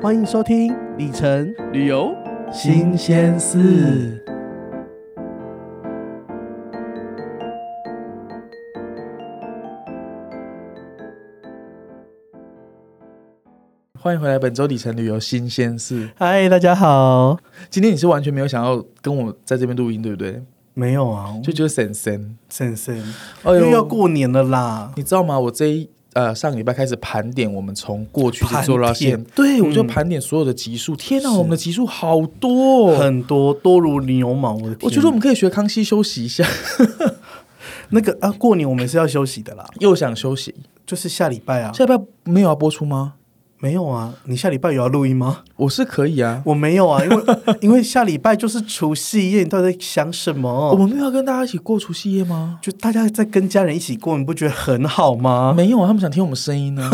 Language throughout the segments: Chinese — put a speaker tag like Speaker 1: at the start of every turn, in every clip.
Speaker 1: 欢迎收听李晨
Speaker 2: 旅游
Speaker 1: 新鲜事。
Speaker 2: 欢迎回来，本周里程旅游新鲜事。
Speaker 1: 嗨，大家好。
Speaker 2: 今天你是完全没有想要跟我在这边录音，对不对？
Speaker 1: 没有啊，
Speaker 2: 就觉得神神，
Speaker 1: 森森，
Speaker 2: 哎
Speaker 1: 因
Speaker 2: 呦
Speaker 1: 为要过年了啦。
Speaker 2: 你知道吗？我这一呃上个礼拜开始盘点，我们从过去一直做到现
Speaker 1: 盘，
Speaker 2: 对我就
Speaker 1: 嗯
Speaker 2: 盘点所有的集数。天哪，我们的集数好多、哦，
Speaker 1: 很多多如牛毛，我的天！
Speaker 2: 我觉得我们可以学康熙休息一下，
Speaker 1: 那个啊，过年我们是要休息的啦，
Speaker 2: 又想休息。
Speaker 1: 就是下礼拜啊，
Speaker 2: 下礼拜没有要播出吗？
Speaker 1: 没有啊，你下礼拜有要录音吗？
Speaker 2: 我是可以啊，
Speaker 1: 我没有啊，因 为因为下礼拜就是除夕夜，你到底在想什么？
Speaker 2: 我们没有要跟大家一起过除夕夜吗？
Speaker 1: 就大家在跟家人一起过，你不觉得很好吗？
Speaker 2: 没有啊，他们想听我们声音 呢、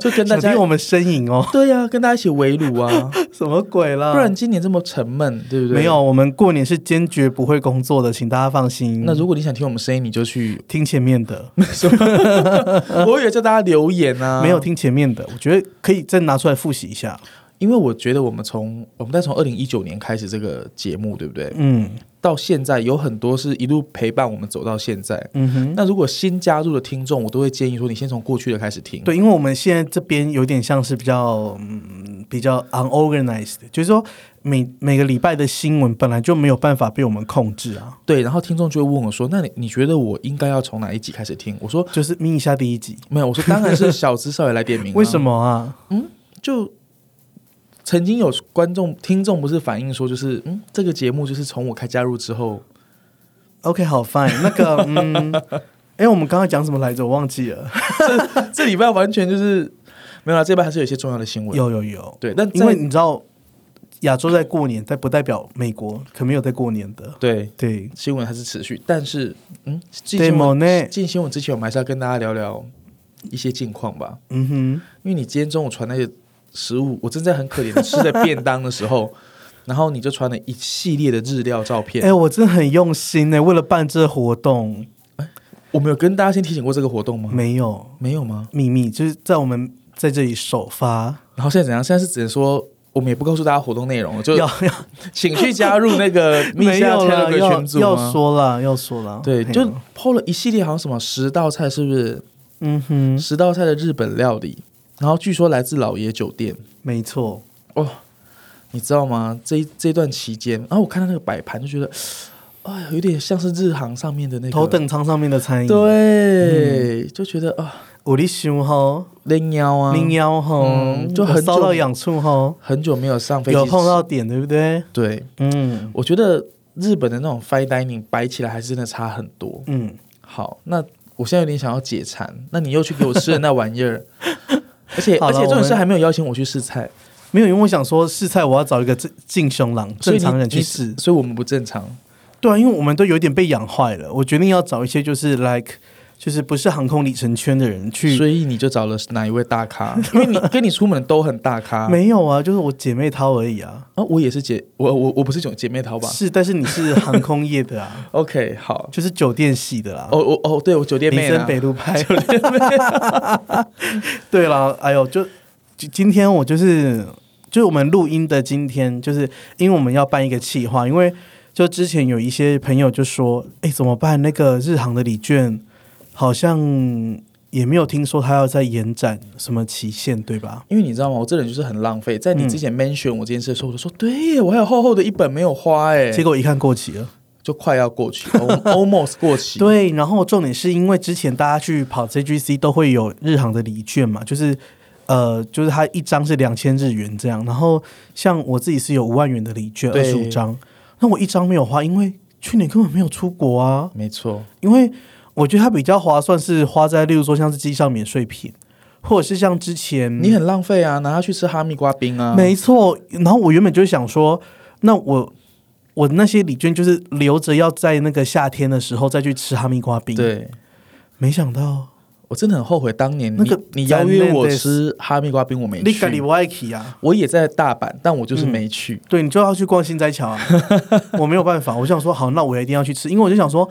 Speaker 2: 就跟大
Speaker 1: 想
Speaker 2: 家
Speaker 1: 听我们呻吟 哦，
Speaker 2: 对呀、跟大家一起围炉啊，
Speaker 1: 什么鬼啦？
Speaker 2: 不然今年这么沉闷，对不
Speaker 1: 呃
Speaker 2: 对？
Speaker 1: 没有，我们过年是坚决不会工作的，请大家放心。
Speaker 2: 那如果你想听我们声音，你 就去
Speaker 1: 听前面的，
Speaker 2: 什么？我以为叫大家留言 啊，
Speaker 1: 没有，听前面的，我觉得可以再拿出来复习一下。
Speaker 2: 因为我觉得我们从我们再从二零一九年开始这个节目，对不对？
Speaker 1: 嗯
Speaker 2: 到现在有很多是一路陪伴我们走到现在。
Speaker 1: 嗯哼，
Speaker 2: 那如果新加入的听众，我都会建议说，你先从过去的开始听。
Speaker 1: 对，因为我们现在这边有点像是比较嗯比较 unorganized，就是说每每个礼拜的新闻本来就没有办法被我们控制啊，
Speaker 2: 对，然后听众就会问我说：“那你你觉得我应该要从哪一集开始听？”我说
Speaker 1: 就是眯一下第一集，：“
Speaker 2: 没有。”我说：“当然是小资少爷来点名、啊。”
Speaker 1: 为什么啊？
Speaker 2: 就曾经有观众、听众不是反映说，就是嗯，这个节目就是从我开加入之后，
Speaker 1: OK，好，fine。那个， 嗯，哎，我们刚刚讲什么来着？我忘记了。
Speaker 2: 这礼拜完全就是没有啦，这礼拜还是有一些重要的新闻。
Speaker 1: 有有有，
Speaker 2: 对，但
Speaker 1: 因为
Speaker 2: 在
Speaker 1: 你知道，亚洲在过年，但不代表美国可没有在过年的。
Speaker 2: 对
Speaker 1: 对，
Speaker 2: 新闻还是持续，但是嗯，进
Speaker 1: 对
Speaker 2: 新
Speaker 1: 某
Speaker 2: 闻
Speaker 1: 呢，
Speaker 2: 进新闻之前，我们还是要跟大家聊聊一些近况吧。
Speaker 1: 嗯
Speaker 2: 因为你今天中午传那些食物，我正在很可怜的吃着便当的时候， 然后你就传了一系列的日料照
Speaker 1: 哼，
Speaker 2: 片。
Speaker 1: 哎，我真的很用心欸呢、为了办这活动，
Speaker 2: 我们有跟大家先提醒过这个活动吗？
Speaker 1: 没有
Speaker 2: 没有吗？
Speaker 1: 秘密，就是在我们在这里首发，
Speaker 2: 然后现在怎样？现在是只能说我们也不告诉大家活动内容了，就
Speaker 1: 要 要
Speaker 2: 请去加入那个 蜜
Speaker 1: 没
Speaker 2: 夏
Speaker 1: 有
Speaker 2: 天
Speaker 1: 了，
Speaker 2: 的
Speaker 1: 要
Speaker 2: 群组
Speaker 1: 要
Speaker 2: 吗
Speaker 1: 说了，要说了，
Speaker 2: 对，
Speaker 1: 嘿
Speaker 2: 就抛了一系列好像什么十道菜，是不是？
Speaker 1: 嗯哼，
Speaker 2: 十道菜的日本料理，然后据说来自老爷酒店。
Speaker 1: 没错，
Speaker 2: 哦，你知道吗？这一这段期间，然后我看到那个摆盘就觉得，哎呀，有点像是日航上面的那个
Speaker 1: 头。嗯等舱上面的餐饮，，
Speaker 2: 对，就觉得啊，
Speaker 1: 我的胸吼，
Speaker 2: 零腰啊，
Speaker 1: 零幺吼
Speaker 2: 嗯，就很
Speaker 1: 我烧
Speaker 2: 久
Speaker 1: 到痒处吼，
Speaker 2: 很久没有上飞机
Speaker 1: 有
Speaker 2: 吃，
Speaker 1: 碰到点对不对？
Speaker 2: 对，
Speaker 1: 嗯
Speaker 2: 我觉得日本的那种 fine dining 摆起来还是真的差很多。
Speaker 1: 嗯。
Speaker 2: 好，那我现在有点想要解馋，那你又去给我吃了那玩 意儿，而且
Speaker 1: 好
Speaker 2: 而
Speaker 1: 了
Speaker 2: 且重点
Speaker 1: 我
Speaker 2: 是
Speaker 1: 们
Speaker 2: 还没有邀请我去试菜，
Speaker 1: 没有，因为我想说试菜，我要找一个正敬雄郎
Speaker 2: 所
Speaker 1: 正
Speaker 2: 以你
Speaker 1: 常人去
Speaker 2: 你
Speaker 1: 试。
Speaker 2: 所以我们不正常。
Speaker 1: 对啊，因为我们都有点被养坏了，我决定要找一些就是 like 就是不是航空里程圈的人去。
Speaker 2: 所以你就找了哪一位 大咖？因为你跟你出门都很大咖。
Speaker 1: 没有啊，就是我姐妹淘而已啊。
Speaker 2: 啊，我也是姐，我我我不是姐姐妹淘吧
Speaker 1: 是，但是你是航空业的 啊，
Speaker 2: ？OK，好。
Speaker 1: 就是酒店系的啊啦。
Speaker 2: 哦哦哦，对我酒店
Speaker 1: 民
Speaker 2: 妹
Speaker 1: 生
Speaker 2: 啦。
Speaker 1: 北路派。 对啦，哎呦，就就今天我就是就是我们录音的今天，就是因为我们要办一个企划，因为就之前有一些朋友就说，哎、怎么办？那个日航的礼券好像也没有听说他要再延展什么期限，对吧？
Speaker 2: 因为你知道吗？我这人就是很浪费。在
Speaker 1: 嗯
Speaker 2: 你之前 mention 我这件事的时候，我就说，对耶我还有厚厚的一本没有花，哎，
Speaker 1: 结果一看过期了。
Speaker 2: 就快要 过期 al-，almost 过期。
Speaker 1: 对，然后重点是因为之前大家去跑 JGC 都会有日航的礼券嘛，就是呃，就是它一张是两千日元这样，然后像我自己是有五万元的礼券，二
Speaker 2: 对
Speaker 1: 十五张，那我一张没有花，因为去年根本没有出国啊，
Speaker 2: 没错，
Speaker 1: 因为我觉得它比较划算是花在例如说像是机上免税品，或者是像之前
Speaker 2: 你很浪费啊，拿它去吃哈密瓜冰啊。
Speaker 1: 没错，然后我原本就想说，那我。我那些礼券就是留着要在那个夏天的时候再去吃哈密瓜冰，
Speaker 2: 对，
Speaker 1: 没想到
Speaker 2: 我真的很后悔当年你、
Speaker 1: 那个
Speaker 2: 你邀约我
Speaker 1: 咱们
Speaker 2: 吃哈密瓜冰，我没
Speaker 1: 你咖喱
Speaker 2: 去。
Speaker 1: 不爱去啊？
Speaker 2: 我也在大阪，但
Speaker 1: 嗯
Speaker 2: 我就是没去。
Speaker 1: 对，你就要去逛新斋桥啊！我没有办法，我想说好，那我一定要去吃，因为我就想说，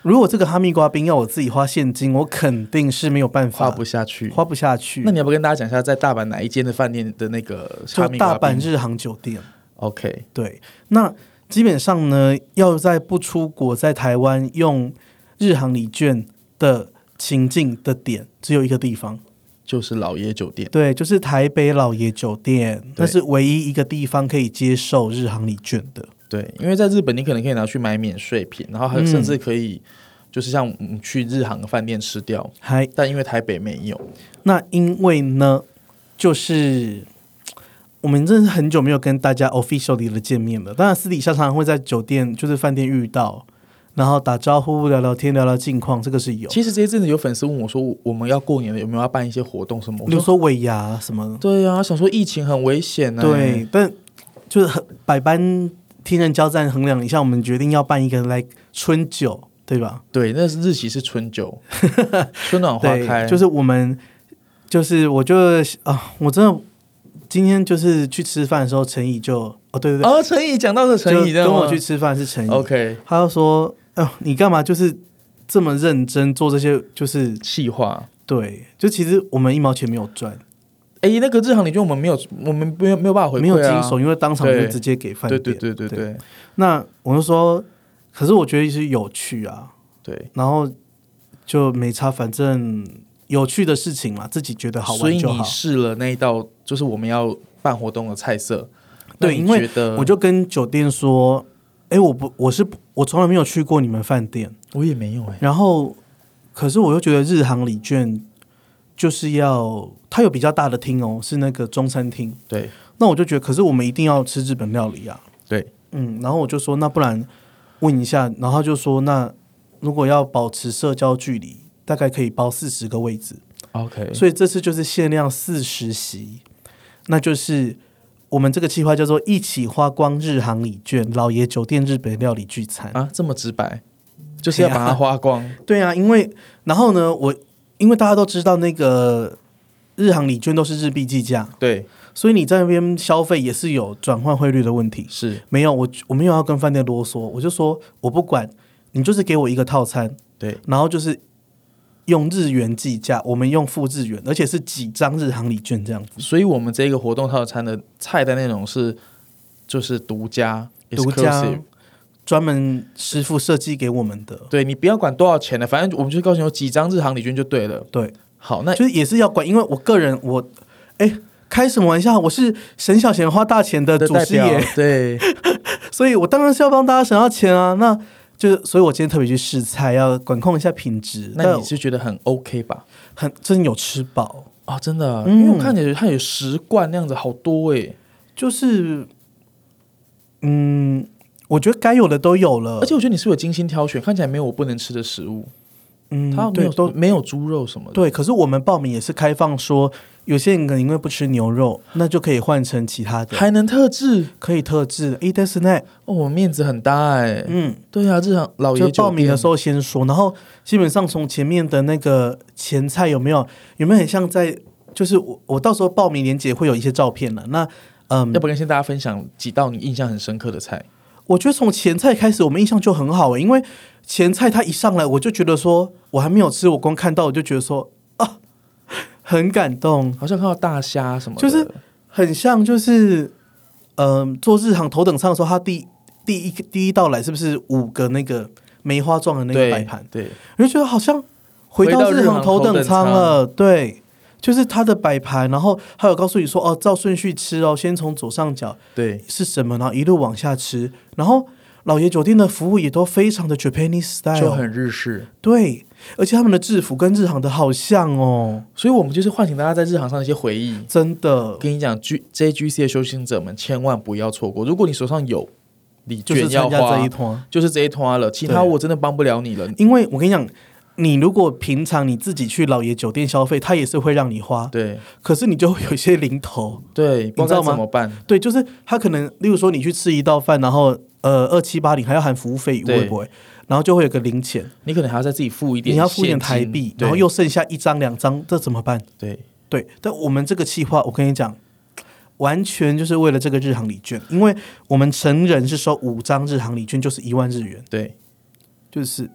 Speaker 1: 如果这个哈密瓜冰要我自己花现金，我肯定是没有办法
Speaker 2: 花不下去。
Speaker 1: 花不下去。
Speaker 2: 那你要不要跟大家讲一下，在大阪哪一间的饭店的那个
Speaker 1: 就
Speaker 2: 哈密瓜
Speaker 1: 大阪
Speaker 2: 冰
Speaker 1: 日航酒店，
Speaker 2: ？OK，
Speaker 1: 对，那基本上呢，要在不出国，在台湾用日航礼券的情境的点，只有一个地方，
Speaker 2: 就是老爷酒店。
Speaker 1: 对，就是台北老爷酒店，那
Speaker 2: 对
Speaker 1: 是唯一一个地方可以接受日航礼券的。
Speaker 2: 对，因为在日本你可能可以拿去买免税品，然后还有
Speaker 1: 嗯
Speaker 2: 甚至可以就是像我们去日航饭店吃掉，
Speaker 1: 还
Speaker 2: 但因为台北没有，
Speaker 1: 那因为呢，就是。我们真的是很久没有跟大家 officially 的见面了，当然私底下常常会在酒店，就是饭店遇到，然后打招呼、聊聊天、聊聊近况，这个是有。
Speaker 2: 其实这一阵子有粉丝问我说，我我们要过年了，有没有要办一些活动什么？
Speaker 1: 比
Speaker 2: 我
Speaker 1: 如
Speaker 2: 说
Speaker 1: 说尾牙什么，
Speaker 2: 对啊，想说疫情很危险啊呢、
Speaker 1: 对，但就是很百般天人交战衡量一下，我们决定要办一个来春酒，对吧？
Speaker 2: 对，那是日期是春 酒，春暖哦花开，
Speaker 1: 对，就是我们，就是我就啊，我真的今天就是去吃饭的时候，陈怡就哦，对对对，
Speaker 2: 哦，陈怡讲到的陈怡，
Speaker 1: 就跟我去吃饭是陈怡，
Speaker 2: ，OK，
Speaker 1: 他就说，哦、你干嘛就是这么认真做这些？就是
Speaker 2: 气话。
Speaker 1: 对，就其实我们一毛钱没有赚，
Speaker 2: 哎，那个日航礼券我们没有，我们没有没有办法回馈、啊、
Speaker 1: 没有经手，因为当场就
Speaker 2: 对
Speaker 1: 直接给饭
Speaker 2: 对
Speaker 1: 店。
Speaker 2: 对对
Speaker 1: 对
Speaker 2: 对对
Speaker 1: 那我就说，可是我觉得是有趣啊，
Speaker 2: 对，
Speaker 1: 然后就没差，反正有趣的事情嘛，自己觉得好
Speaker 2: 所以
Speaker 1: 玩就
Speaker 2: 你
Speaker 1: 好。
Speaker 2: 试了那一道，就是我们要办活动的菜色。
Speaker 1: 对
Speaker 2: 那你
Speaker 1: 因为
Speaker 2: 觉得
Speaker 1: 我就跟酒店说，哎，我不，我是我从来没有去过你们饭店，
Speaker 2: 我也没有哎、
Speaker 1: 然后可是我又觉得日航礼券就是要它有比较大的厅哦，是那个中餐厅，
Speaker 2: 对
Speaker 1: 那我就觉得，可是我们一定要吃日本料理啊，
Speaker 2: 对，
Speaker 1: 嗯，然后我就说那不然问一下，然后他就说那如果要保持社交距离，大概可以包四十个位置，
Speaker 2: ，OK，
Speaker 1: 所以这次就是限量四十席，那就是我们这个计划叫做一起花光日航礼券，老爷酒店日本料理聚餐。
Speaker 2: 啊，这么直白，就是要把它花光。
Speaker 1: 对啊，因为然后呢，我因为大家都知道那个日航礼券都是日币计价，
Speaker 2: 对，
Speaker 1: 所以你在那边消费也是有转换汇率的问题。
Speaker 2: 是，
Speaker 1: 没有，我我没有要跟饭店啰嗦，我就说我不管，你就是给我一个套餐，
Speaker 2: 对
Speaker 1: 然后就是用日元计价，我们用付日元，而且是几张日航礼券这样子。
Speaker 2: 所以我们这个活动套餐的菜的内容是就是独家。
Speaker 1: 独家
Speaker 2: exclusive
Speaker 1: 专门师傅设计给我们的，
Speaker 2: 对你不要管多少钱了，反正我们就告诉你有几张日航礼券就对了。
Speaker 1: 对，
Speaker 2: 好，那
Speaker 1: 就是也是要管，因为我个人我，哎，开什么玩笑？我是省小钱花大钱的
Speaker 2: 的
Speaker 1: 主
Speaker 2: 代
Speaker 1: 师
Speaker 2: 表
Speaker 1: 爷，
Speaker 2: 对
Speaker 1: 所以我当然是要帮大家省到钱啊。那就是，所以我今天特别去试菜，要管控一下品质。
Speaker 2: 那你是觉得很 OK 吧？
Speaker 1: 但很真有吃饱，
Speaker 2: 哦，真的啊，
Speaker 1: 嗯
Speaker 2: 因为我看起来它有十罐那样子，好多哎、
Speaker 1: 就是，嗯，我觉得该有的都有了，
Speaker 2: 而且我觉得你是不是有精心挑选，看起来没有我不能吃的食物，
Speaker 1: 嗯，
Speaker 2: 它没
Speaker 1: 对
Speaker 2: 有
Speaker 1: 都
Speaker 2: 没有猪肉什么的。
Speaker 1: 对，可是我们报名也是开放说，有些人可能因为不吃牛肉，那就可以换成其他的，
Speaker 2: 还能特制
Speaker 1: 可以特制的。e a t e r snack，
Speaker 2: 哦，我面子很大哎、
Speaker 1: 嗯，
Speaker 2: 对啊，日常老
Speaker 1: 就
Speaker 2: 爷嗯
Speaker 1: 报名的时
Speaker 2: 候，
Speaker 1: 候先说，然后基本上从前面的那个前菜有没有有没有很像在，就是我我到时候报名连结会有一些照片了。那嗯
Speaker 2: 要，不要跟先大家分享几道你印象很深刻的菜？
Speaker 1: 我觉得从前菜开始，我们印象就很好、欸，因为前菜它一上来，我就觉得说我还没有吃，我光看到我就觉得说啊，很感动，
Speaker 2: 好像看到大虾什么的，
Speaker 1: 就是很像就是，嗯、做日航头等舱的时候，它第第一第一道来是不是五个那个梅花状的那个
Speaker 2: 对
Speaker 1: 摆盘？，
Speaker 2: 对，
Speaker 1: 我就觉得好像回
Speaker 2: 回
Speaker 1: 到
Speaker 2: 到
Speaker 1: 日
Speaker 2: 日
Speaker 1: 航
Speaker 2: 航
Speaker 1: 头
Speaker 2: 头
Speaker 1: 等
Speaker 2: 等舱
Speaker 1: 舱了，对。就是它的摆盘，然后还有告诉你说哦，照顺序吃哦，先从左上角
Speaker 2: 对
Speaker 1: 是什么，然后一路往下吃。然后老爷酒店的服务也都非常的 Japanese
Speaker 2: 就
Speaker 1: style，
Speaker 2: 很日式。
Speaker 1: 对，而且他们的制服跟日航的好像哦，
Speaker 2: 所以我们就是唤醒大家在日航上的一些回忆。
Speaker 1: 真的
Speaker 2: 跟你讲，G JGC 的修行者们千万不要错过，如果你手上有礼
Speaker 1: 就是
Speaker 2: 券要
Speaker 1: 参加这
Speaker 2: 花
Speaker 1: 一，团。
Speaker 2: 就是这一团了，其他
Speaker 1: 对
Speaker 2: 我真的帮不了你了。
Speaker 1: 因为我跟你讲，你如果平常你自己去老爷酒店消费，他也是会让你花，
Speaker 2: 对
Speaker 1: 可是你就会有一些零头。
Speaker 2: 对，不
Speaker 1: 你知道
Speaker 2: 该
Speaker 1: 吗
Speaker 2: 怎么办？
Speaker 1: 对，就是他可能，例如说你去吃一道饭，然后呃二七八零还要含服务费，
Speaker 2: 对
Speaker 1: 会不会？然后就会有个零钱，
Speaker 2: 你可能还要再自己付一点现金，
Speaker 1: 你要付一点台币，然后
Speaker 2: 对
Speaker 1: 又剩下一张两张，这怎么办？
Speaker 2: 对
Speaker 1: 对，但我们这个计划，我跟你讲，完全就是为了这个日航礼券，因为我们成人是收五张日航礼券，就是一万日元，
Speaker 2: 对，
Speaker 1: 就是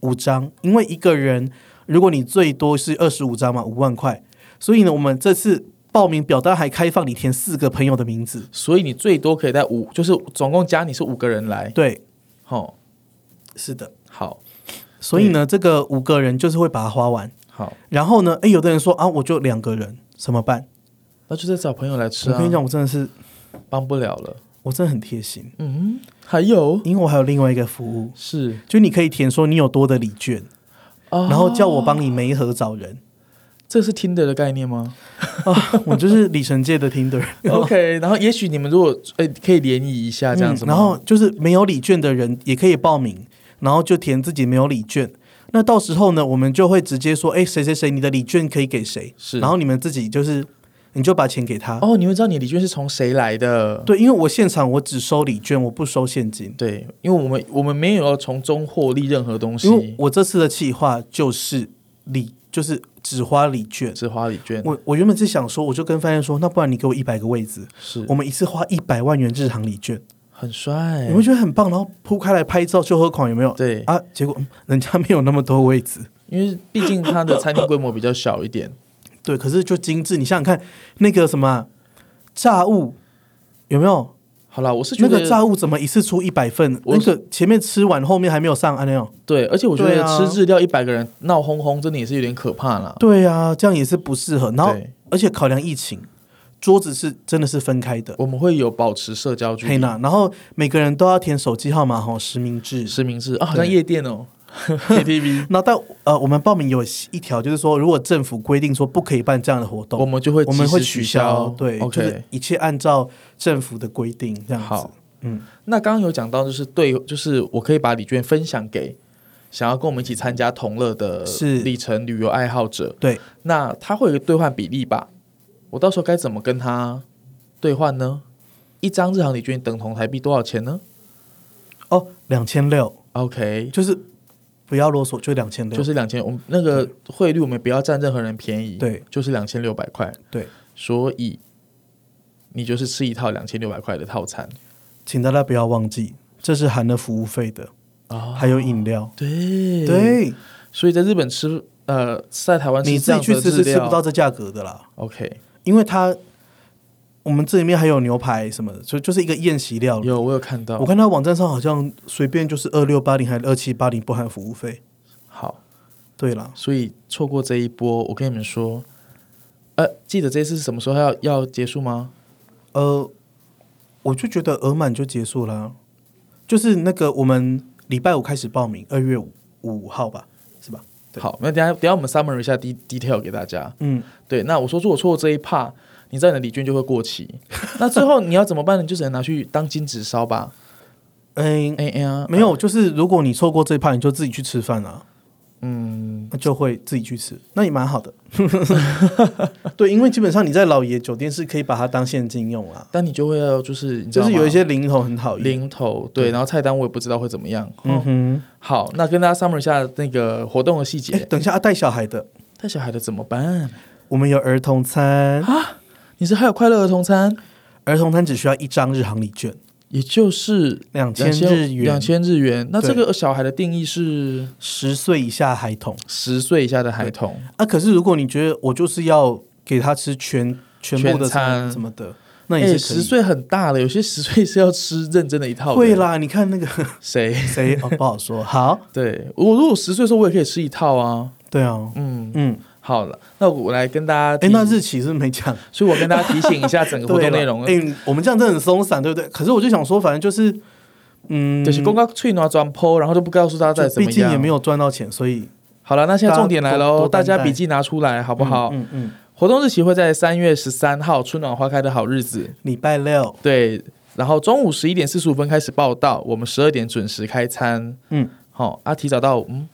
Speaker 1: 五张，因为一个人如果你最多是二十五张嘛，五万块，所以呢，我们这次报名表单还开放你填四个朋友的名字，
Speaker 2: 所以你最多可以带五，就是总共加你是五个人来，
Speaker 1: 对，
Speaker 2: 吼，
Speaker 1: 是的，
Speaker 2: 好，
Speaker 1: 所以呢，这个五个人就是会把它花完，
Speaker 2: 好，
Speaker 1: 然后呢，诶，有的人说啊，我就两个人，怎么办？
Speaker 2: 那就再找朋友来吃
Speaker 1: 我
Speaker 2: 啊
Speaker 1: 跟，你讲，我真的是，
Speaker 2: 帮不了了。
Speaker 1: 我真的很贴心，
Speaker 2: 嗯，还有
Speaker 1: 因为我还有另外一个服务，
Speaker 2: 是
Speaker 1: 就你可以填说你有多的礼券，
Speaker 2: 啊，
Speaker 1: 然后叫我帮你每一盒找人。
Speaker 2: 这是 Tinder 的概念吗
Speaker 1: 啊，我就是里程界的 Tinder，
Speaker 2: ？OK，然后也许你们如果哎、可以联谊一下这样子
Speaker 1: 嗯
Speaker 2: 吗、
Speaker 1: 然后就是没有礼券的人也可以报名，然后就填自己没有礼券。那到时候呢，我们就会直接说，哎，谁谁谁，你的礼券可以给谁？
Speaker 2: 是
Speaker 1: 然后你们自己就是，你就把钱给他。
Speaker 2: 哦，你会知道你的礼券是从谁来的。
Speaker 1: 对，因为我现场我只收礼券，我不收现金，
Speaker 2: 对，因为我们我们没有要从中获利任何东
Speaker 1: 因为
Speaker 2: 西，
Speaker 1: 我这次的企划就是礼，就是只花礼券。
Speaker 2: 只花礼券
Speaker 1: 我我原本是想说，我就跟饭店说，那不然你给我一百个位置，
Speaker 2: 是
Speaker 1: 我们一次花一百万元日航礼券，
Speaker 2: 很帅
Speaker 1: 你，会觉得很棒，然后铺开来拍照秀喝款有没有？
Speaker 2: 哎对，
Speaker 1: 啊，结果嗯人家没有那么多位置，
Speaker 2: 因为毕竟它的餐厅规模比较小一点，
Speaker 1: 对，可是就精致。你想想看，那个什么啊炸物有没有？
Speaker 2: 好啦，我是觉
Speaker 1: 那
Speaker 2: 得
Speaker 1: 个炸物怎么一次出一百份？
Speaker 2: 我
Speaker 1: 那个前面吃完，后面还没有上啊那样。
Speaker 2: 对，而且我觉
Speaker 1: 对
Speaker 2: 得
Speaker 1: 啊
Speaker 2: 吃日料一百个人闹哄哄，真的也是有点可怕啦。
Speaker 1: 对啊，这样也是不适合。然后
Speaker 2: 对，
Speaker 1: 而且考量疫情，桌子是真的是分开的。
Speaker 2: 我们会有保持社交距
Speaker 1: 黑
Speaker 2: 离。
Speaker 1: 娜，然后每个人都要填手机号码哈，实名制。
Speaker 2: 实名制啊，好
Speaker 1: 对
Speaker 2: 像夜 店哦，KTV，
Speaker 1: 然后但呃，我们报名有一条就是说，如果政府规定说不可以办这样的活动
Speaker 2: 我，们就会
Speaker 1: 我们
Speaker 2: 及
Speaker 1: 会
Speaker 2: 时
Speaker 1: 取
Speaker 2: 取
Speaker 1: 消，对就是
Speaker 2: ，OK。
Speaker 1: 一切按照政府的规定这样子。
Speaker 2: 好，
Speaker 1: 嗯，
Speaker 2: 那刚刚有讲到，就是对，就是我可以把礼券分享给想要跟我们一起参加同乐的
Speaker 1: 是
Speaker 2: 里程旅游爱好者，
Speaker 1: 对，
Speaker 2: 那他会有一个兑换比例吧？我到时候该怎么跟他兑换呢？一张日航礼券等同台币多少钱呢
Speaker 1: 哦，两千六，
Speaker 2: ？OK，
Speaker 1: 就是不要啰嗦，就两千六
Speaker 2: 就，是两千，我们那个汇率我们不要占任何人便宜，
Speaker 1: 对，
Speaker 2: 就是两千六百块，
Speaker 1: 对，
Speaker 2: 所以你就是吃一套两千六百块的套餐
Speaker 1: 请大家不要忘记，这是含了服务费的，
Speaker 2: 啊
Speaker 1: 还有饮料。
Speaker 2: 对，
Speaker 1: 对，
Speaker 2: 所以在日本吃，呃，在台湾吃
Speaker 1: 你
Speaker 2: 这
Speaker 1: 自己
Speaker 2: 样
Speaker 1: 去
Speaker 2: 的
Speaker 1: 吃
Speaker 2: 日
Speaker 1: 是吃
Speaker 2: 料
Speaker 1: 不到这价格的啦，
Speaker 2: OK，
Speaker 1: 因为它我们这里面还有牛排什么的，就就是一个宴席料理。
Speaker 2: 有我有看到
Speaker 1: 我，看到网站上好像随便就是二六八零还是二七八零不含服务费。
Speaker 2: 好，
Speaker 1: 对啦，
Speaker 2: 所以错过这一波，我跟你们说，呃，记得这次是什么时候要要结束吗？
Speaker 1: 呃，我就觉得额满就结束啦，就是那个我们礼拜五开始报名，二月五五号吧，是吧？对
Speaker 2: 好，那等一下等一下我们 summary 一下 d detail 给大家。
Speaker 1: 嗯，
Speaker 2: 对，那我说如果错过这一 part，你知道你的礼券就会过期， 那最后你要怎么办呢？你就只能拿去当金纸烧吧。
Speaker 1: 哎、
Speaker 2: 哎哎呀，
Speaker 1: 没有，就是如果你错过这一趴，你就自己去吃饭啊，
Speaker 2: 嗯，
Speaker 1: 那就会自己去吃，那也蛮好的。 对，因为基本上你在老爷酒店是可以把它当现金用啊，
Speaker 2: 但你就会要就是你知
Speaker 1: 就
Speaker 2: 道
Speaker 1: 是有一
Speaker 2: 吗
Speaker 1: 些零头很讨厌。
Speaker 2: 零哦头，对，然后菜单我也不知道会怎么样。
Speaker 1: 嗯哼，
Speaker 2: 好，那跟大家 summary 一下那个活动的细
Speaker 1: 哎、
Speaker 2: 节。
Speaker 1: 等一下，啊带小孩的，
Speaker 2: 带小孩的怎么办？
Speaker 1: 我们有儿童餐，
Speaker 2: 你是还有快乐儿童餐，
Speaker 1: 儿童餐只需要一张日航礼券，
Speaker 2: 也就是
Speaker 1: 两千日
Speaker 2: 两
Speaker 1: 元，
Speaker 2: 千日元。那
Speaker 1: 对
Speaker 2: 这个小孩的定义是
Speaker 1: 十岁以下孩童。
Speaker 2: 十岁以下的孩童，
Speaker 1: 啊，可是如果你觉得我就是要给他吃全全部的
Speaker 2: 全餐
Speaker 1: 餐什么的，那也
Speaker 2: 哎，
Speaker 1: 是可
Speaker 2: 十
Speaker 1: 以。
Speaker 2: 岁很大了，有些十岁是要吃认真的一套的。
Speaker 1: 会啦，你看那个
Speaker 2: 谁？
Speaker 1: 谁哦，不好说。好，
Speaker 2: 对我如果十岁的时候，我也可以吃一套啊。
Speaker 1: 对啊，
Speaker 2: 嗯，
Speaker 1: 嗯，
Speaker 2: 好了，那我来跟大家提
Speaker 1: 哎，那日期是不是没讲？
Speaker 2: 所以我跟大家提醒一下整 个活动内容，啊
Speaker 1: 哎，诶我们这样真的很松散，对不对？可是我就想说，反正就是，嗯，
Speaker 2: 就是公告脆拿转坡，然后就不告诉大家再
Speaker 1: 就
Speaker 2: 怎
Speaker 1: 毕
Speaker 2: 么
Speaker 1: 竟也
Speaker 2: 样啊
Speaker 1: 没。有赚到钱，所以
Speaker 2: 好了，那现在重点来
Speaker 1: 大家多
Speaker 2: 喽，大
Speaker 1: 多担
Speaker 2: 家
Speaker 1: 待
Speaker 2: 笔记拿出来好不好？
Speaker 1: 嗯嗯，嗯
Speaker 2: 活动日期会在三月十三号春暖花开的好日子，
Speaker 1: 礼拜六，
Speaker 2: 对。然后中午十一点四十五分开始报到，我们十二点准时开餐。
Speaker 1: 嗯，
Speaker 2: 好、啊，提早到，嗯，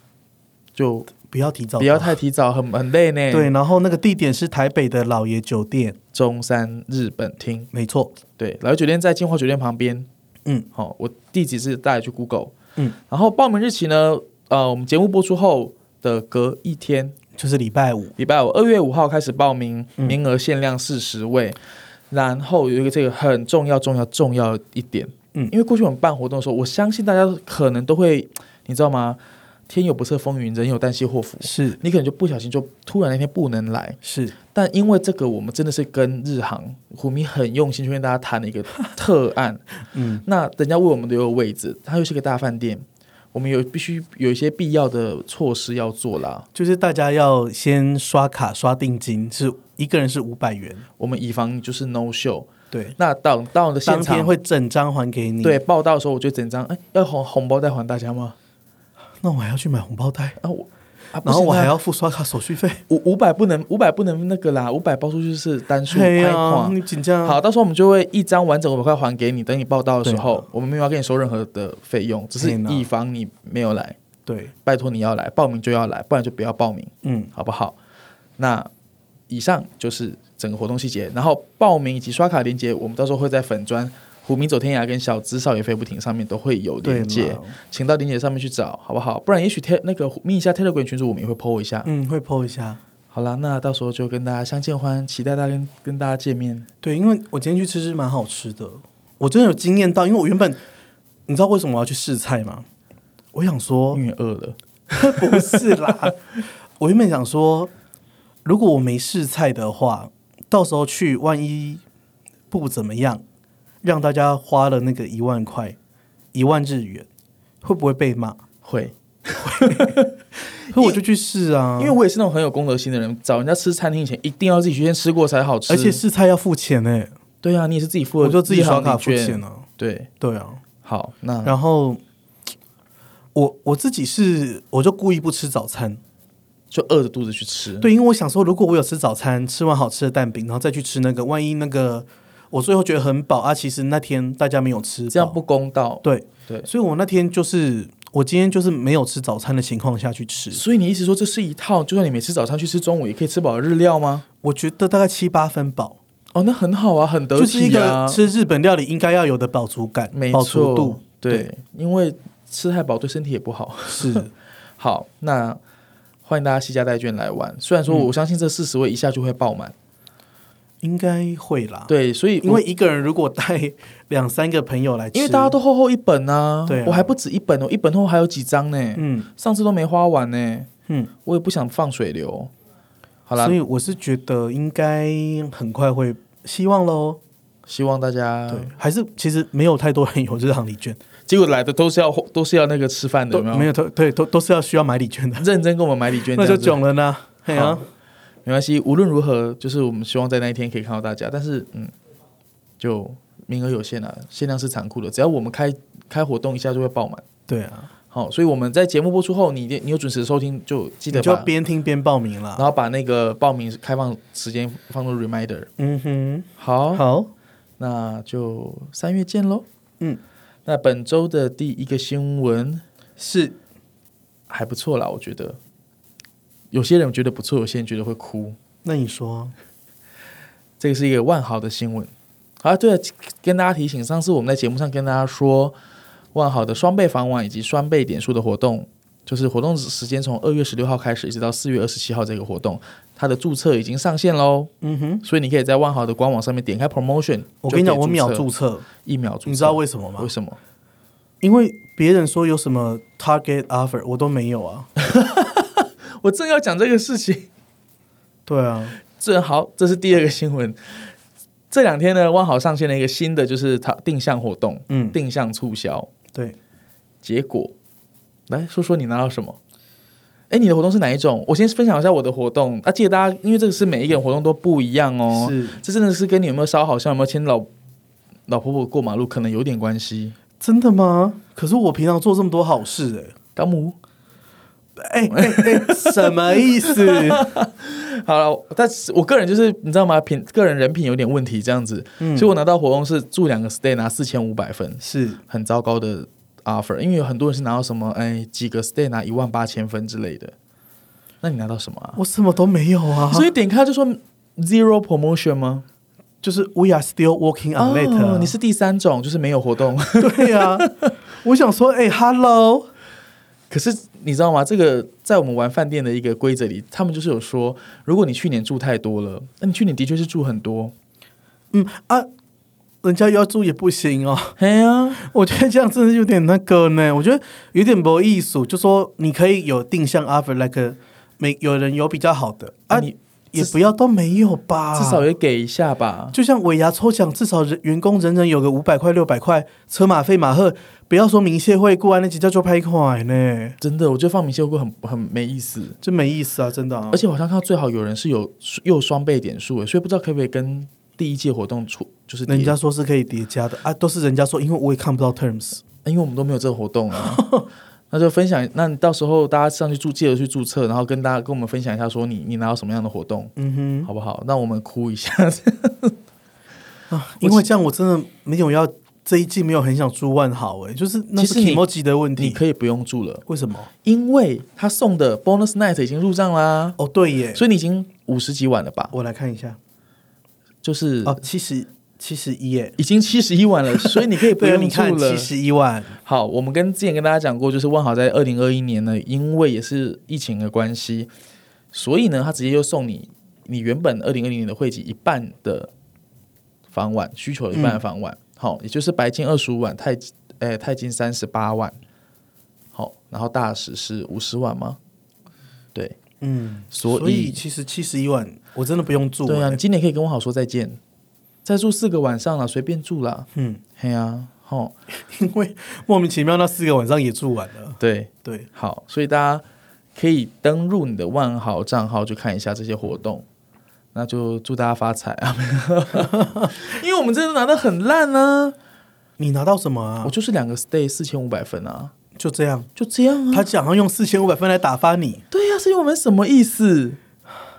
Speaker 2: 就
Speaker 1: 不要提早，
Speaker 2: 不要。太提早，很很累呢。
Speaker 1: 对，，然后那个地点是台北的老爷酒店，
Speaker 2: 中山日本厅，
Speaker 1: 没错，
Speaker 2: 对，老爷酒店在金华酒店旁边。
Speaker 1: 嗯，
Speaker 2: 好、我地址是大家去 Google。
Speaker 1: 嗯，
Speaker 2: 然后报名日期呢？呃，我们节目播出后的隔一天，
Speaker 1: 就是礼拜五，
Speaker 2: 礼拜五，二月五号开始报名，
Speaker 1: 嗯
Speaker 2: 名额限量四十位。然后有一个这个很重要、重要、重要一点，
Speaker 1: 嗯
Speaker 2: 因为过去我们办活动的时候，我相信大家可能都会，你知道吗？天有不测风云，人有旦夕祸福，
Speaker 1: 是
Speaker 2: 你可能就不小心就突然那天不能来。
Speaker 1: 是，
Speaker 2: 但因为这个，我们真的是跟日航虎迷很用心去跟大家谈了一个特案。
Speaker 1: 嗯，
Speaker 2: 那人家为我们留有位置，它又是个大饭店，我们有必须有一些必要的措施要做啦。
Speaker 1: 就是大家要先刷卡刷定金，是一个人是五百元，
Speaker 2: 我们以防就是 no show。
Speaker 1: 对，
Speaker 2: 那到到了现
Speaker 1: 当
Speaker 2: 场
Speaker 1: 天会整张还给你。
Speaker 2: 对，报道的时候，我就整张哎要红红包袋还大家吗？
Speaker 1: 那我还要去买红包袋，
Speaker 2: 啊我啊，不
Speaker 1: 然后
Speaker 2: 是
Speaker 1: 我
Speaker 2: 那
Speaker 1: 还要付刷卡手续费。
Speaker 2: 五五百不能五百不能那个啦，五百包出去是单数
Speaker 1: 对啊嗯
Speaker 2: 拍
Speaker 1: 呀、
Speaker 2: 款。
Speaker 1: 你紧张。
Speaker 2: 好，到时候我们就会一张完整五百块还给你，等你报到的时
Speaker 1: 对
Speaker 2: 候，我们没有要跟你收任何的费用，只是
Speaker 1: 天哪
Speaker 2: 以防你没有来，
Speaker 1: 对，
Speaker 2: 拜托你要来，报名就要来，不然就不要报名，
Speaker 1: 嗯，
Speaker 2: 好不好？那以上就是整个活动细节，然后报名以及刷卡链接，我们到时候会在粉砖。虎迷走天涯跟小资少爷飞不停上面都会有
Speaker 1: 对
Speaker 2: 链接
Speaker 1: 啦，，
Speaker 2: 请到链接上面去找，好不好？不然也许 t 那个密一下 Telegram 群组，我们也会 PO 一下。
Speaker 1: 嗯，会 PO 一下。
Speaker 2: 好啦，那到时候就跟大家相见欢，期待大家跟跟大家见面。
Speaker 1: 对，因为我今天去吃是蛮好吃的，我真的有惊艳到，因为我原本你知道为什么我要去试菜吗？我想说
Speaker 2: 因为饿了，
Speaker 1: 不是啦， 我原本想说，如果我没试菜的话，到时候去万一不怎么样，让大家花了那个一万块，一万日元，会不会被骂？
Speaker 2: 会，
Speaker 1: 可我就去试啊，
Speaker 2: 因为我也是那种很有公德心的人，找人家吃餐厅以前一定要自己去先吃过才好吃。
Speaker 1: 而且试菜要付钱呢、
Speaker 2: 对啊，你也是自己付的，
Speaker 1: 我就自己刷卡付钱
Speaker 2: 日航礼券。
Speaker 1: 了、啊。
Speaker 2: 对，
Speaker 1: 对啊，
Speaker 2: 好，那
Speaker 1: 然后我我自己是我就故意不吃早餐，
Speaker 2: 就饿着肚子去吃。
Speaker 1: 对，因为我想说，如果我有吃早餐，吃完好吃的蛋饼，然后再去吃那个，万一那个我最后觉得很饱啊，其实那天大家没有吃，
Speaker 2: 这样不？公道。
Speaker 1: 对
Speaker 2: 啊对
Speaker 1: 所以我那天就是我今天就是没有吃早餐的情况下去吃，
Speaker 2: 所以你意思说这是一套，就算你每次早上去吃，中午也可以吃饱的日料吗？
Speaker 1: 我觉得大概七八分饱，
Speaker 2: 哦，那很好啊，很得
Speaker 1: 就是一
Speaker 2: 体啊
Speaker 1: 个，吃日本料理应该要有的饱足感、
Speaker 2: 没
Speaker 1: 饱足
Speaker 2: 错
Speaker 1: 度，，
Speaker 2: 对，因为吃太饱对身体也不好。
Speaker 1: 是
Speaker 2: 好，那欢迎大家西家带眷来玩。虽然说我相信这四十位一下就会爆满，
Speaker 1: 应该会啦。，
Speaker 2: 对，所以
Speaker 1: 因
Speaker 2: 我
Speaker 1: 为一个人如果带两三个朋友来吃，
Speaker 2: 因为大家都厚厚一本啊，
Speaker 1: 对啊
Speaker 2: 我还不止一本哦，一本后还有几张呢，
Speaker 1: 嗯
Speaker 2: 上次都没花完呢，
Speaker 1: 嗯，
Speaker 2: 我也不想放水流。好啦
Speaker 1: 所，以我是觉得应该很快会希望喽。
Speaker 2: 希望大家
Speaker 1: 对，还是其实没有太多人有这张礼券，
Speaker 2: 结果来的都是要都是要那个吃饭的，
Speaker 1: 都
Speaker 2: 有没有？
Speaker 1: 没有都对都都是要需要买礼券的，
Speaker 2: 认真跟我们买礼券，
Speaker 1: 那就
Speaker 2: 这样
Speaker 1: 囧了呢。哎呀
Speaker 2: 好，子没关系。无论如何，就是我们希望在那一天可以看到大家，但是嗯，就名额有限啊，限量是残酷的，只要我们开开活动一下就会爆满。
Speaker 1: 对啊，
Speaker 2: 好，所以我们在节目播出后，你一定你有准时收听，就记
Speaker 1: 你
Speaker 2: 得
Speaker 1: 就要
Speaker 2: 把，
Speaker 1: 边听边报名
Speaker 2: 然
Speaker 1: 啦。
Speaker 2: 后把那个报名开放时间放入 reminder。
Speaker 1: 嗯哼，
Speaker 2: 好，
Speaker 1: 好，
Speaker 2: 那就三月见喽。
Speaker 1: 嗯，
Speaker 2: 那本周的第一个新闻
Speaker 1: 是
Speaker 2: 还不错啦，我觉得。有些人觉得不错，有些人觉得会哭。
Speaker 1: 那你说
Speaker 2: 这个是一个万豪的新闻。啊，对了，跟大家提醒，上次我们在节目上跟大家说，万豪的双倍房晚以及双倍点数的活动，就是活动时间从二月十六号开始，一直到四月二十七号这个活动，它的注册已经上线喽。
Speaker 1: 嗯哼，
Speaker 2: 所以你可以在万豪的官网上面点开 promotion，
Speaker 1: 我跟你讲，
Speaker 2: 就
Speaker 1: 我
Speaker 2: 可以
Speaker 1: 秒
Speaker 2: 注册
Speaker 1: 注册，
Speaker 2: 一秒注册，
Speaker 1: 你知道为什么
Speaker 2: 为
Speaker 1: 吗？
Speaker 2: 什么？
Speaker 1: 因为别人说有什么 target offer，我都没有啊。
Speaker 2: 我正要讲这个事情，
Speaker 1: 对啊，
Speaker 2: 正好这是第二个新闻。这两天呢，万豪上线了一个新的，就是它定向活动、
Speaker 1: 嗯，
Speaker 2: 定向促销。
Speaker 1: 对，
Speaker 2: 结果，来说说你拿到什么？哎，你的活动是哪一种？我先分享一下我的活动啊，记得大家，因为这个是每一个人活动都不一样哦。
Speaker 1: 是
Speaker 2: 这真的是跟你有没有烧好香、有没有牵老老婆婆过马路，可能有点关系。
Speaker 1: 真的吗？可是我平常做这么多好事、欸，
Speaker 2: 高木，
Speaker 1: 哎哎哎，什么意思？
Speaker 2: 好了，但是我个人就是你知道吗？品个人人品有点问题，这样子，
Speaker 1: 嗯
Speaker 2: 所以我拿到活动是住两个 stay 拿四千五百分，
Speaker 1: 是
Speaker 2: 很糟糕的 offer，因为有很多人是拿到什么哎几个 stay 拿一万八千分之类的，那你拿到什么啊？
Speaker 1: 我什么都没有啊，
Speaker 2: 所以点开就说 zero promotion 吗？
Speaker 1: 就是 we are still working on it、
Speaker 2: 哦，你是第三种，就是没有活 动。
Speaker 1: 对呀、我想说，哎、h e l l o
Speaker 2: 可是你知道吗？这个在我们玩饭店的一个规则里，他们就是有说，如果你去年住太多了，那你去年的确是住很多，
Speaker 1: 嗯啊，人家要住也不行哦。
Speaker 2: 嘿呀，
Speaker 1: 我觉得这样真的有点那个呢，我觉得有点没意思。就说你可以有定向 offer like 每有人有比较好的啊，
Speaker 2: 啊你
Speaker 1: 也不要都没有吧，
Speaker 2: 至少也给一下吧。
Speaker 1: 就像尾牙抽奖，至少人员工人人有个五百块、六百块车马费、马赫，不要说明谢惠顾啊，那几叫做拍款呢，
Speaker 2: 真的，我觉得放明秀过很很没意思。
Speaker 1: 真没意思啊，真的、啊
Speaker 2: 而。且我好像看到最好有人是有又双倍点数的，所以不知道可不可以跟第一届活动出就是叠
Speaker 1: 人家说是可以叠加的啊，都是人家说，因为我也看不到 terms。
Speaker 2: 因为我们都没有这个活动啊。 那就分享，那你到时候大家上去注，记得去注册，然后跟大家跟我们分享一下，说你你拿到什么样的活动，
Speaker 1: 嗯
Speaker 2: 好不好？让我们哭一下。
Speaker 1: 哼啊，因为这样我真的没有要这一季没有很想住万豪诶、就是那是
Speaker 2: 其实你
Speaker 1: emoji 的问
Speaker 2: 你
Speaker 1: 题。
Speaker 2: 可以不用注了，
Speaker 1: 为什么？
Speaker 2: 因为他送的 bonus night 已经入账啦，
Speaker 1: 哦，对耶，
Speaker 2: 所以你已经五十几晚了吧？
Speaker 1: 我来看一下，
Speaker 2: 就是
Speaker 1: 哦，七十七十一耶，
Speaker 2: 已经七十一晚了，所以你可以不
Speaker 1: 对啊，
Speaker 2: 用
Speaker 1: 你
Speaker 2: 注
Speaker 1: 看
Speaker 2: 了
Speaker 1: 七。十一万，
Speaker 2: 好，我们跟之前跟大家讲过，就是万豪在二零二一年呢，因为也是疫情的关系，所以呢，他直接又送你你原本二零二零年的会籍一半的房晚需求一半的房晚，
Speaker 1: 嗯
Speaker 2: 好，也就是白金二十五晚，钛呃钛金三十八晚，好，然后大使是五十晚吗？对，
Speaker 1: 嗯，
Speaker 2: 所以
Speaker 1: 所以其实七十一万我真的不用住、
Speaker 2: 对啊，你今年可以跟万豪说再见，再住四个晚上了，随便住啦，
Speaker 1: 嗯，
Speaker 2: 嘿啊，好，
Speaker 1: 因为莫名其妙那四个晚上也住完了。
Speaker 2: 对，
Speaker 1: 对，
Speaker 2: 好，所以大家可以登录你的万豪账号去看一下这些活动。那就祝大家发财啊！ 因为我们真的拿的很烂呢、
Speaker 1: 你拿到什么啊
Speaker 2: 我？就是两个 stay 四千五百分啊，
Speaker 1: 就这样，
Speaker 2: 就这样啊。
Speaker 1: 他想要用四千五百分来打发你。
Speaker 2: 对呀、所以我们什么意思？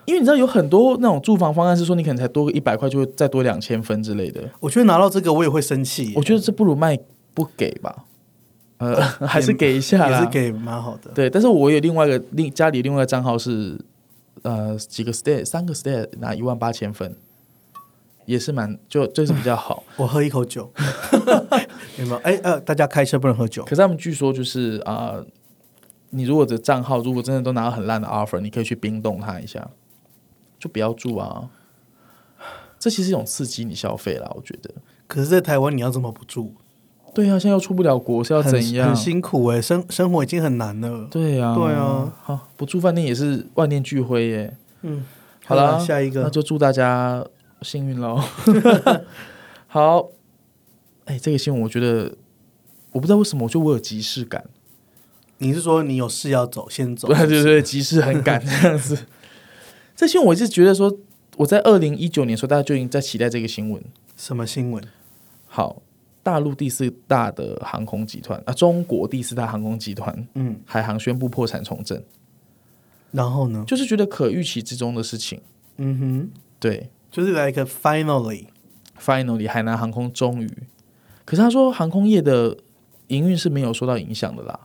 Speaker 2: 因为你知道有很多那种住房方案是说你可能才多个一百块就会再多两千分之类的，
Speaker 1: 我觉得拿到这个我也会生气耶，
Speaker 2: 我觉得这不如卖不给吧， 呃，还是给一下
Speaker 1: 也
Speaker 2: 啦
Speaker 1: 是。给蛮好的。
Speaker 2: 对，但是我有另外一个另家里另外一个账号是，呃，几个 stay 三个 stay 拿一万八千分，也是蛮就就是比较 好。
Speaker 1: 我喝一口酒，有没有？哎呃，大家开车不能喝酒
Speaker 2: 可。是他们据说就是啊、呃你如果的账号如果真的都拿到很烂的 offer，你可以去冰冻它一下，就不要住啊。这其实是一种刺激你消费啦，我觉得。
Speaker 1: 可是，在台湾你要怎么不住？
Speaker 2: 对啊，现在又出不了国，是要
Speaker 1: 很
Speaker 2: 怎样
Speaker 1: 很？辛苦哎，生生活已经很难了。
Speaker 2: 对啊，
Speaker 1: 对啊，
Speaker 2: 好，不住饭店也是万念俱灰耶。
Speaker 1: 嗯，
Speaker 2: 好啦，
Speaker 1: 下一
Speaker 2: 那
Speaker 1: 个
Speaker 2: 就祝大家幸 运喽。好，哎，这个新闻我觉得，我不知道为什么，我觉得我有即视感，
Speaker 1: 你是说你有事要走，先走？
Speaker 2: 对对对，即视很感 这样子。这新闻我一直觉得说，我在二零一九年的时候，大家就已经在期待这个新闻。
Speaker 1: 什么新闻？
Speaker 2: 好，大陆第四大的航空集团啊，中国第四大航空集团
Speaker 1: 嗯，
Speaker 2: 海航宣布破产重整，
Speaker 1: 然后呢？
Speaker 2: 就是觉得可预期之中的事情。
Speaker 1: 嗯哼，
Speaker 2: 对
Speaker 1: 就是来一个 finally，
Speaker 2: ，finally 海南航空终于，可是他说航空业的营运是没有受到影响的啦。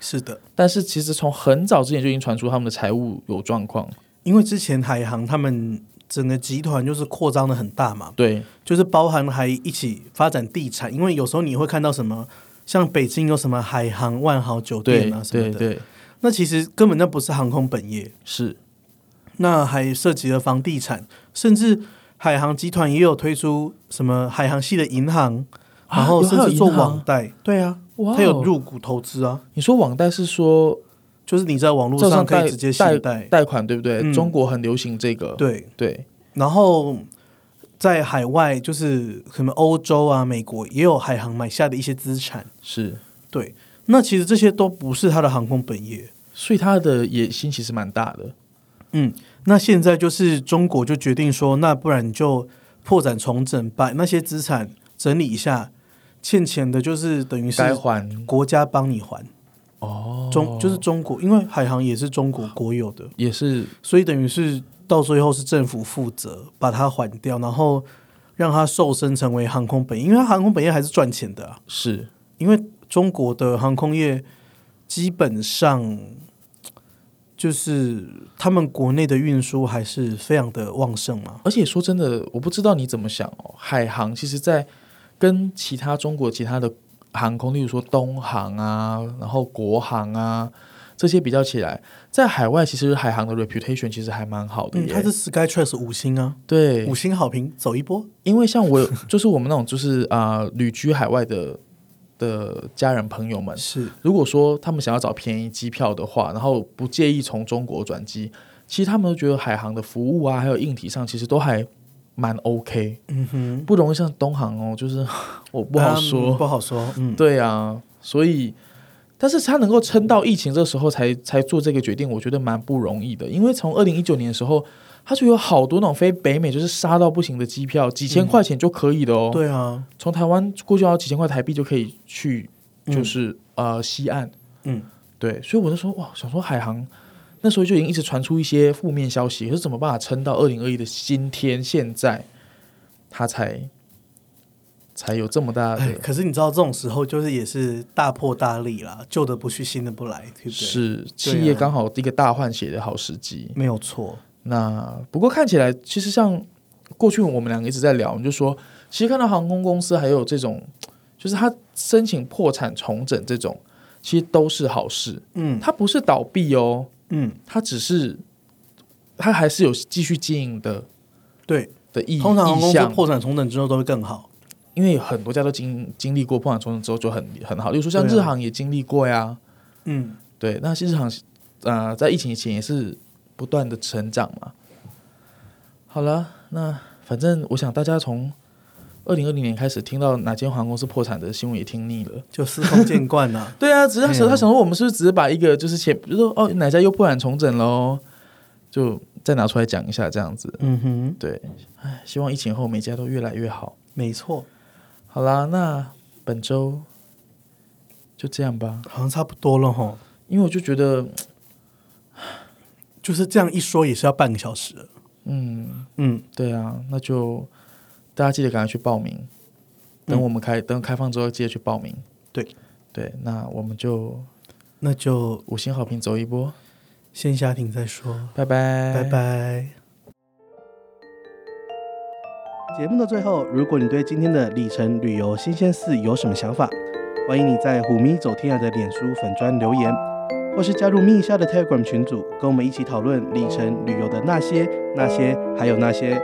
Speaker 1: 是的，
Speaker 2: 但是其实从很早之前就已经传出他们的财务有状况，
Speaker 1: 因为之前海航他们整个集团就是扩张的很大嘛，
Speaker 2: 对
Speaker 1: 就是包含还一起发展地产，因为有时候你会看到什么，像北京有什么海航、万豪酒
Speaker 2: 对
Speaker 1: 店啊什么
Speaker 2: 对
Speaker 1: 的，
Speaker 2: 对，
Speaker 1: 那其实根本那不是航空本业，
Speaker 2: 是
Speaker 1: 那还涉及了房地产，甚至海航集团也有推出什么海航系的银行，
Speaker 2: 啊
Speaker 1: 然后
Speaker 2: 有还
Speaker 1: 甚
Speaker 2: 有
Speaker 1: 至做
Speaker 2: 银行
Speaker 1: 网贷，对啊，
Speaker 2: 哇哦
Speaker 1: 它有入股投资啊，
Speaker 2: 你说网贷是说
Speaker 1: 就是你在网络
Speaker 2: 照
Speaker 1: 上
Speaker 2: 上
Speaker 1: 可
Speaker 2: 贷
Speaker 1: 以直接
Speaker 2: 贷
Speaker 1: 信贷，
Speaker 2: 贷款，对不对？
Speaker 1: 嗯
Speaker 2: 中国很流行这个，
Speaker 1: 对，
Speaker 2: 对
Speaker 1: 然后在海外，就是什么欧洲啊、美国也有海航买下的一些资产。
Speaker 2: 是，
Speaker 1: 对，那其实这些都不是它的航空本业。
Speaker 2: 所以他的野心其实蛮大的，
Speaker 1: 嗯，那现在就是中国就决定说，那不然你就破产重整，把那些资产整理一下，欠钱的就是等于是
Speaker 2: 该还
Speaker 1: 国家帮你还。
Speaker 2: 哦，
Speaker 1: 中就是中国，因为海航也是中国国有的，
Speaker 2: 也是
Speaker 1: 所以等于是到最后是政府负责把它还掉，然后让它瘦身成为航空本业，因为它航空本业还是赚钱的、啊，
Speaker 2: 是
Speaker 1: 因为中国的航空业基本上就是他们国内的运输还是非常的旺盛嘛。
Speaker 2: 而且说真的，我不知道你怎么想哦。海航其实，在跟其他中国其他的航空，例如说东航啊，然后国航啊，这些比较起来，在海外其实海航的 reputation 其实还蛮好的
Speaker 1: 嗯，
Speaker 2: 耶。
Speaker 1: 它是 Skytrax 五星啊，
Speaker 2: 对
Speaker 1: 五，星好评，走一波。
Speaker 2: 因为像我有就是我们那种就是啊、呃旅居海外的的家人朋友们，
Speaker 1: 是，
Speaker 2: 如果说他们想要找便宜机票的话，然后不介意从中国转机，其实他们都觉得海航的服务啊，还有硬体上其实都还蛮 OK，
Speaker 1: 嗯哼，
Speaker 2: 不容易像东航哦，就是 我不好说。
Speaker 1: 嗯不好说，嗯，
Speaker 2: 对啊，所以，但是他能够撑到疫情这时候才才做这个决定，我觉得蛮不容易的。因为从二零一九年的时候，他就有好多那种飞北美就是杀到不行的机票，几千块钱就可以的哦。，
Speaker 1: 对啊，
Speaker 2: 从台湾过去要几千块台币就可以去，
Speaker 1: 嗯
Speaker 2: 就是、呃西岸。
Speaker 1: 嗯，
Speaker 2: 对，所以我就说哇，想说海航。那时候就已经一直传出一些负面消息，可是怎么办法撑到二零二一的今天？现在他才才有这么大的
Speaker 1: 哎，可是你知道这种时候就是也是大破大立啦，旧的不去，新的不来，对不对？，啊
Speaker 2: 是企业刚好一个大换血的好时机。
Speaker 1: 没有错，
Speaker 2: 那不过看起来，其实像过去我们两个一直在聊，你就说，其实看到航空公司还有这种，就是它申请破产重整这种，其实都是好事。
Speaker 1: 嗯
Speaker 2: 它不是倒闭哦，
Speaker 1: 嗯，
Speaker 2: 它只是它还是有继续经营的
Speaker 1: 对，
Speaker 2: 的意
Speaker 1: 通常航空
Speaker 2: 意
Speaker 1: 公司
Speaker 2: 向，
Speaker 1: 破产重整之后都会更好，
Speaker 2: 因为很多家都经经历过破产重整之后就很很好，例如说像
Speaker 1: 对啊
Speaker 2: 日航也经历过呀。
Speaker 1: 嗯，
Speaker 2: 对，那新市场呃，在疫情以前也是不断的成长嘛。好了，那反正我想大家从二零二零年开始听到哪间航空公司破产的新闻也听腻了。
Speaker 1: 就司空见惯啦、
Speaker 2: 对啊，只是他想、
Speaker 1: 嗯
Speaker 2: 他想说我们是不是只是把一个就是前就说哦哪家又破产重整喽，就再拿出来讲一下这样子。
Speaker 1: 嗯哼，
Speaker 2: 对，唉，希望疫情后每家都越来越好。
Speaker 1: 没错，
Speaker 2: 好啦，那本周就这样吧，
Speaker 1: 好像差不多了吼。
Speaker 2: 因为我就觉得
Speaker 1: 就是这样一说也是要半个小时了，
Speaker 2: 嗯。
Speaker 1: 嗯，
Speaker 2: 对啊，那就大家记得赶快去报名，等我们开、等开放之后记得去报名。
Speaker 1: 嗯对
Speaker 2: 对，那我们就
Speaker 1: 那就
Speaker 2: 五星好评走一波，
Speaker 1: 先下停再说，
Speaker 2: 拜拜，
Speaker 1: 拜拜。节目的最后，如果你对今天的里程旅游新鲜事有什么想法，欢迎你在虎咪走天涯的脸书粉砖留言，或是加入咪一下的 Telegram 群组，跟我们一起讨论里程旅游的那些、那些，还有那些。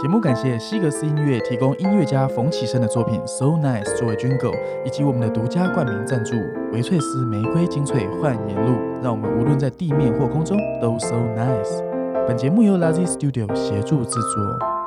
Speaker 2: 节目感谢西格斯音乐提供音乐家冯启生的作品《So Nice》作为 Jingle，以及我们的独家冠名赞助维翠斯玫瑰精粹焕颜露，让我们无论在地面或空中都 So Nice。本节目由 Lazy Studio 协助制作。